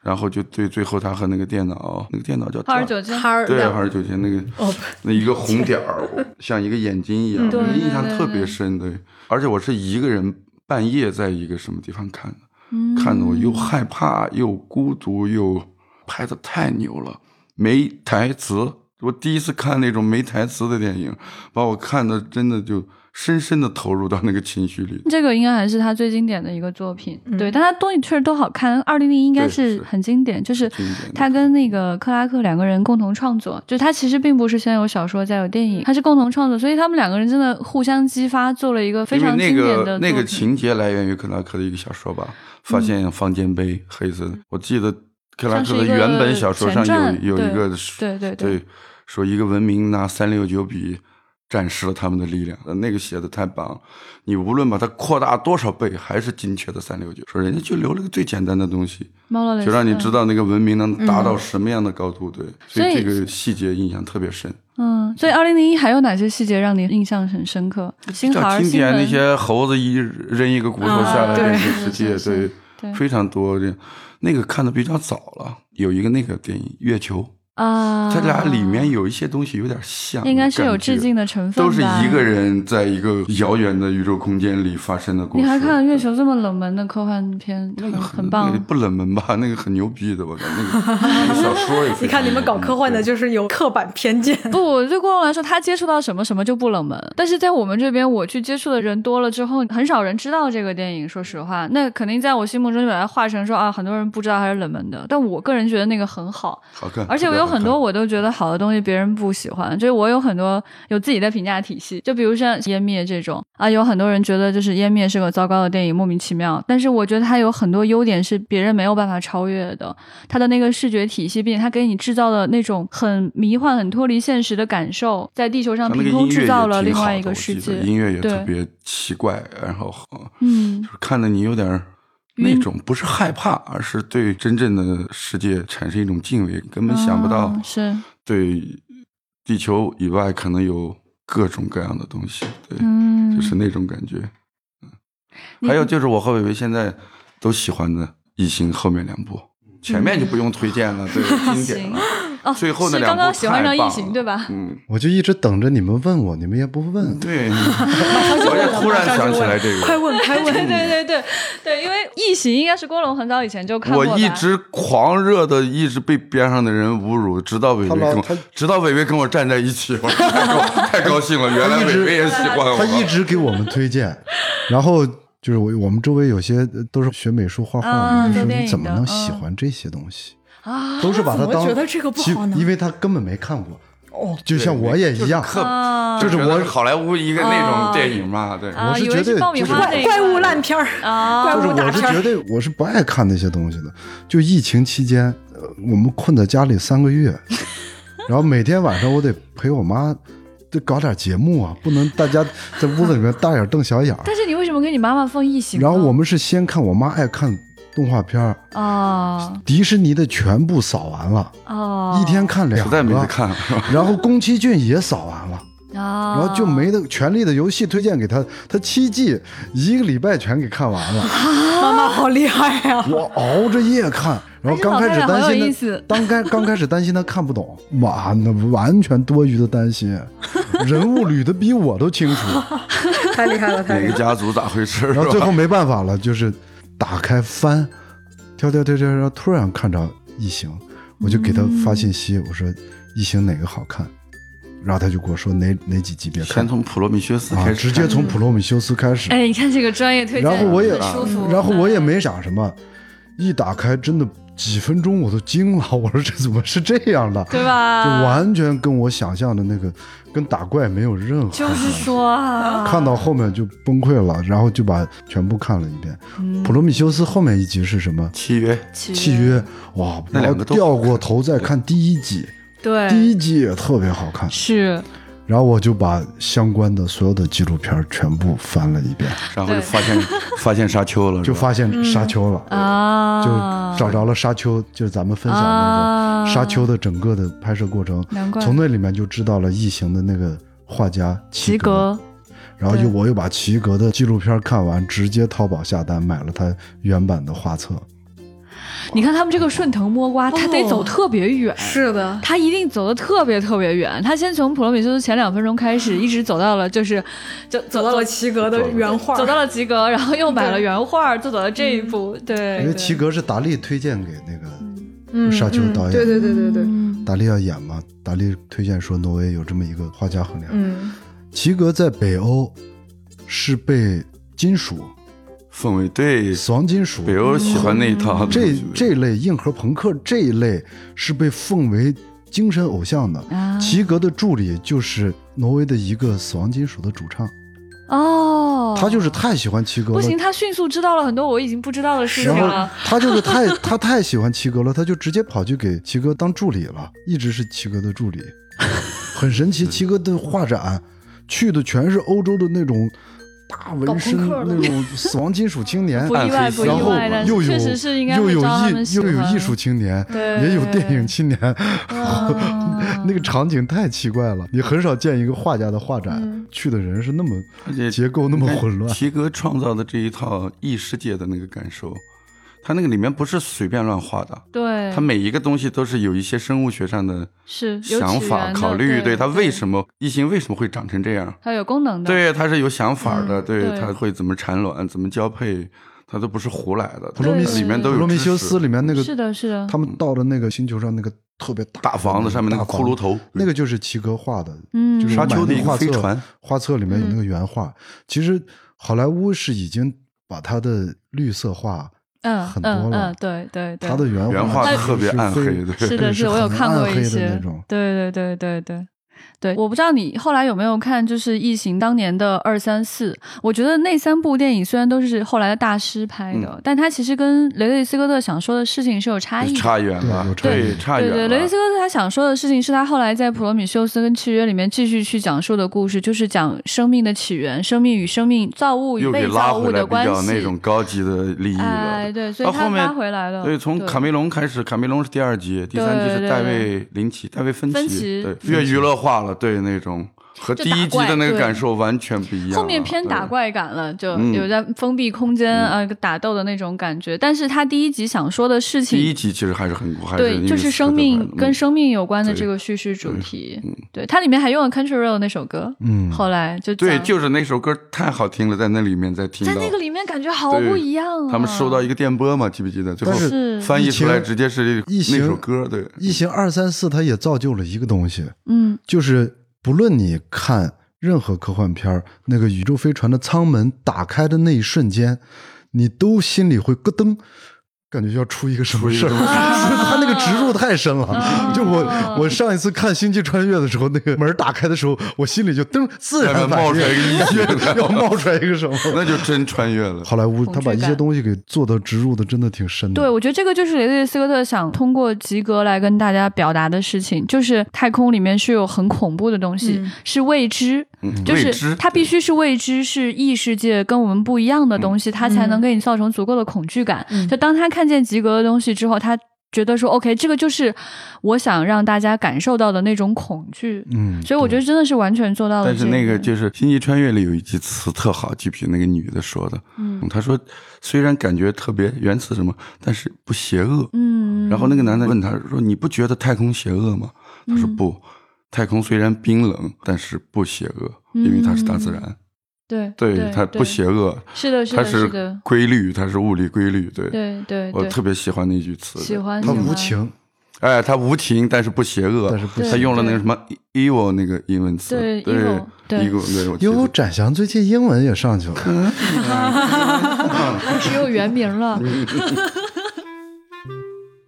然后就对，最后他和那个电脑，那个电脑叫
哈尔九
对
千。
哈尔
对，
两
还是九千那个
哦，
那一个红点 儿，我像一个眼睛一样，
嗯对
我印象
对对
特别深。对，而且我是一个人半夜在一个什么地方看的，
嗯
看的我又害怕又孤独又拍的太牛了，没台词，我第一次看那种没台词的电影，把我看的真的就深深的投入到那个情绪里。
这个应该还是他最经典的一个作品，对，但他东西确实都好看。二零零应该
对
是
是
很经典，就是
经典的
他跟那个克拉克两个人共同创作，就他其实并不是先有小说再有电影，他是共同创作，所以他们两个人真的互相激发，做了一个非
因为
常
那
经典的
个
作品。嗯
那个情节来源于克拉克的一个小说吧，发现方尖碑、黑色的。我记得克拉克的原本小说上
像是一
有
个
有
前
一
传
个
对对对
对说一个文明拿三六九笔展示了他们的力量，那个写的太棒了。你无论把它扩大多少倍，还是精确的三六九。说人家就留了个最简单的东西，
猫洛雷
就
斯
让你知道那个文明能达到
嗯
什么样的高度。对，
嗯所
所
以
以这个细节印象特别深。
嗯，所以二零零一还有哪些细节让你印象很深刻？星孩
像
儿
经典那
新闻
些猴子一扔一个骨头
啊
下来
对
那个世界，
是是
对，
对
非常多这样。那个看的比较早了，有一个那个电影《月球》，
啊，
它俩里面有一些东西有点像，
应该是有
感觉
致敬的成分吧，
都是一个人在一个遥远的宇宙空间里发生的故
你
事。
还看了月球这么冷门的科幻片，很很
那个
棒。
不冷门吧？那个很牛逼的，我感觉那个 那个小说也非常牛逼。
你看你们搞科幻的，
嗯对
就是有刻板偏见。
不，对郭龙来说，他接触到什么什么就不冷门。但是在我们这边，我去接触的人多了之后，很少人知道这个电影。说实话，那肯定在我心目中就把它画成说啊，很多人不知道它是冷门的。但我个人觉得那个很好，
好 看，
而且我有很多我都觉得好的东西别人不喜欢，就是我有很多有自己的评价体系。就比如像《湮灭》这种啊，有很多人觉得就是《湮灭》是个糟糕的电影，莫名其妙。但是我觉得它有很多优点是别人没有办法超越的，它的那个视觉体系，并且它给你制造的那种很迷幻、很脱离现实的感受，在地球上
它那
凭
个音
空
乐
制
也
造了
挺
另
好
外
的
一个
我
世
记得
界。
音乐也
对
特别奇怪，然后呃
嗯
就是看的你有点儿那种不是害怕，而是对真正的世界产生一种敬畏，根本想不到
啊是
对地球以外可能有各种各样的东西，对，
嗯，
就是那种感觉。嗯，
你
还有就是我和伟伟现在都喜欢的《异形》后面两部，前面就不用推荐了，对，经典了。
哦，
最后那
嗯是
两
刚
部
刚喜欢
太
上
棒
异形
了
对吧？
嗯，
我就一直等着你们问我，你们也不问。
对， 我也突然想起来这
快
个。
问快
对
问，
对对对对，因为《异形》应该是郭龙很早以前就看过
我
吧
一直狂热的，一直被边上的人侮辱，直到伟
他
伟跟
老
我
他，
直到伟伟跟我站在一起，我 太高太高兴了，原来伟伟也喜欢啊我。
他一直给我们推荐，然后就是我我们周围有些呃都是学美术画画
啊
的，就
做
说
电
你
影
怎么
的
能喜
嗯
欢这些东西？
啊
都是把它
我
当
觉得这个不
其
好呢
因为他根本没看过。
哦，
就像我也一样，
刻
啊
就是我好莱坞一个那种电影嘛，对。
啊，
我是
以为
觉得
爆米
就是
花那
怪
一
怪物
块
烂片儿，
啊，
怪
就是
物大
我是
片
绝
儿。
对我是不爱看那些东西的。就疫情期间，呃我们困在家里三个月，然后每天晚上我得陪我妈，得搞点节目啊，不能大家在屋子里面大眼瞪小眼儿。
但是你为什么给你妈妈放《异形》呢？
然后我们是先看我妈爱看动画片儿，
啊
迪士尼的全部扫完了，
啊，
一天看两
实
个，
在没得 看，是吧？
然后宫崎骏也扫完了，
啊，
然后就没得《权力的游戏》推荐给他，他七季一个礼拜全给看完了，
妈妈好厉害 呀！
我熬着夜看，然后刚开始担
哎这老太太好有意
心
思
他，当开刚开始担心他看不懂，妈那完全多余的担 心，人物捋的比我都清楚，
太厉害了，
哪个家族咋回事？
然后
是
最
吧
后没办法了，就是打开翻，挑挑挑挑，然后突然看着异形，我就给他发信息，我说异形哪个好看，然后他就跟我说哪哪几集别看
先，从普罗米修斯
啊，
开始，
直接从普罗米修斯开始，
哎，你看这个专业推荐，
然后我也
很舒服，嗯
然后我也没想什么，一打开真的几分钟我都惊了，我说这怎么是这样的？
对啊
就
吧？
完全跟我想象的那个跟打怪没有任何关系，
就是说啊，
看到后面就崩溃了，然后就把全部看了一遍。
嗯
普罗米修斯后面一集是什么？
契约，
其实
契约哇，
那
我
两个都
掉过头再看第一集，第
对
一集也特别好看。
是
然后我就把相关的所有的纪录片儿全部翻了一遍，
嗯
然后就 发现发现沙丘了，
就是
吧
发现沙丘了，
啊，
就找着了沙丘，就是咱们分享那
啊
个沙丘的整个的拍摄过程，
难怪
从那里面就知道了异形的那个画家
及格。
然后又
对
我又把齐格的纪录片看完，直接淘宝下单买了他原版的画册。
你看他们这个顺藤摸瓜，他得
哦
走特别远，
是的，
他一定走的特别特别远。他先从普罗米修斯前两分钟开始，一直走到了就是，就走
走
到
到
了
了齐格的原画，
走到了及格，然后又买了
对
原画，就走到这一步。对，
因为
对
齐格是达利推荐给那个
嗯
沙丘导演
嗯对对对对对，
嗯
达利要演嘛，达利推荐说挪威有这么一个画家衡量，
嗯，
齐格在北欧是被金属、
氛围对
死亡金属、
北欧啊喜欢那一套，
这这类硬核朋克这一类是被奉为精神偶像的。
啊
齐格的助理就是挪威的一个死亡金属的主唱，
哦，
他就是太喜欢齐格
不
了。
行，他迅速知道了很多我已经不知道的事情
然后
了。
他就是太 他太喜欢齐格了，他就直接跑去给齐格当助理了，一直是齐格的助理， 很神奇。齐格的画展去的全是欧洲的那种大
搞
纹
朋
身
克的
那种死亡金属青年，
不意外， 不意
然后
外，但
又有
确实是应该
又
会
有
招他们
艺
喜
又有
欢
艺术，青年，
对嗯
也有电影青年，
啊
那个场景太奇怪了。你很少见一个画家的画展、去的人是那么
嗯而且
结构那么混乱。
提哥创造的这一套异世界的那个感受，他那个里面不是随便乱画的，
对，
他每一个东西都是有一些生物学上的
是有
想
起
法
源的
考虑，
对
对他为什么异形为什么会长成这样？
它有功能的，
对，他是有想法的，对
嗯对
他会怎么产卵，怎么交配，他都不是胡来的。
普罗米
它里面都
普
有
罗米
知识
修斯里面那个
是的，是的，
他们到了那个星球上那个特别嗯大
大房子上面那个骷髅，头，
那个就是齐格画的，
嗯
就是
沙丘的一个
买那
飞
画册
船，
画册里面有那个原画。其实好莱坞是已经把它的绿色画。
嗯
很多
嗯
了
嗯，对对对，
它的原
原画
其
特
实
别
是
暗
非
黑对
是的，是的，我有
很
看过
暗黑
一
的
些
那种。
对对对对对对，我不知道你后来有没有看，就是《异形》当年的二三四。我觉得那三部电影虽然都是后来的大师拍的，
嗯
但它其实跟雷德利·斯科特想说的事情是有差异的。
差远了，
对有
对，
差
差
对
远
对，雷德利·斯
了。
科特他想说的事情是他后来在《普罗米修斯》跟《契约》里面继续去讲述的故事，就是讲生命的起源、生命与生命、造物与
又给
被
拉
造
回
物
来
的
比
关
较
系。
那种高级的利益
哎，
了。
对，所以
到
他
后面
拉回来了。
对，从卡梅隆开始，卡梅隆是第二集，第三集
对对
是戴维林奇，戴维芬
芬
奇，
奇
对，越娱乐化了，对那种和
就
第一
打
集
怪
的那个
对
感受完全不一样了。啊
后面偏打
对
怪感了，就
嗯
有在封闭空间啊、呃打斗的那种感觉。但是他第一集想说的事
第一
情，
集其实还是很，还是因
对，
为
就是
斯
生
科特
命
版的嗯
跟生命有关的
对嗯
这个叙事主题。对，它里面还用了《Country Road》那首歌，
嗯，
后来就
对，
讲
就是那首歌太好听了，在那里面在听到
在那个里面感觉好不一样啊。
他们收到一个电波嘛，记不记得？最后
但
是
翻译出来
疫情
直接是
疫情
那首歌，对，
异形二三四，它也造就了一个东西，
嗯
就是不论你看任何科幻片儿，那个宇宙飞船的舱门打开的那一瞬间，你都心里会咯噔，感觉要出一个什么事儿。
出一个什
他那个植入太深了，
啊
就我我上一次看《星际穿越》的时候，那个门打开的时候，我心里就噔，自然反
冒出来一
应
个异 形，
要冒出来一个什么。
那就真穿越了。
好莱坞他把一
恐惧
些
感
东西给做的植入的真的挺
嗯
深的。
对，我觉得这个就是雷德利·斯科特想通过吉格来跟大家表达的事情，就是太空里面是有很恐怖的东西，
嗯
是未知，
嗯
就
未知
是它必须是未知，是异世界跟我们不一样的东西，它才能给你造成足够的恐惧感。
嗯
就当他看见吉格的东西之后，他觉得说，OK，这个就是我想让大家感受到的那种恐惧。
嗯，
所以我觉得真的是完全做到了。
但是那个就是《星际穿越》里有一句词特好，记不记得那个女的说的？
嗯
她说虽然感觉特别原词什么，但是不邪恶。
嗯，
然后那个男的问她说：“你不觉得太空邪恶吗？”她说：“
嗯
不，太空虽然冰冷，但是不邪恶，因为它是大自然。
嗯对
对，它不邪，恶，
是的，是
它
的，是
是
的，
规律，它是物理规律。对，
对对
我
对，
特别喜欢那句词。
喜欢
他
喜
无
欢
情，
哎，它无情，但是不邪恶。
但是不
对
他
行。
用了那个什么 evil 那个英文词，
对
对
evil，对
evil 对我记得
哟，展翔最近英文也上去了。
只有原名了。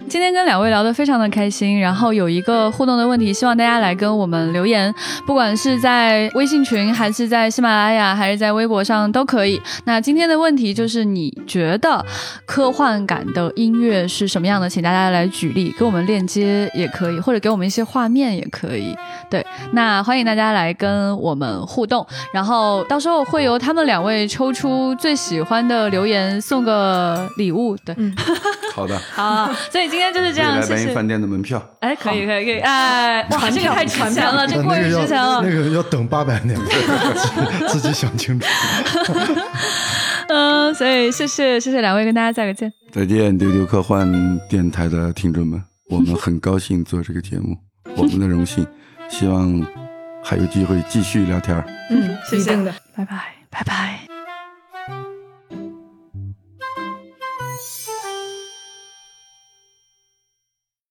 今天跟两位聊得非常的开心，然后有一个互动的问题，希望大家来跟我们留言，不管是在微信群，还是在喜马拉雅，还是在微博上都可以。那今天的问题就是，你觉得科幻感的音乐是什么样的？请大家来举例，给我们链接也可以，或者给我们一些画面也可以。对，那欢迎大家来跟我们互动。然后到时候会由他们两位抽出最喜欢的留言送个礼物，对，
嗯
好的，
好，所以今天就是这
未
样，
来
谢
白银
谢。
饭店的门票，
哎，可以可以可以，哎，哇，这个太值钱了，这
那
过
那
于
个
值钱
要
了
那。个要等八百年， 自己自己想清楚。
嗯，所以谢谢谢谢两位，跟大家再个见。
再见，丢丢科幻电台的听众们，我们很高兴做这个节 目，我们的荣幸，希望还有机会继续聊天儿。
嗯，谢谢。
拜拜拜拜。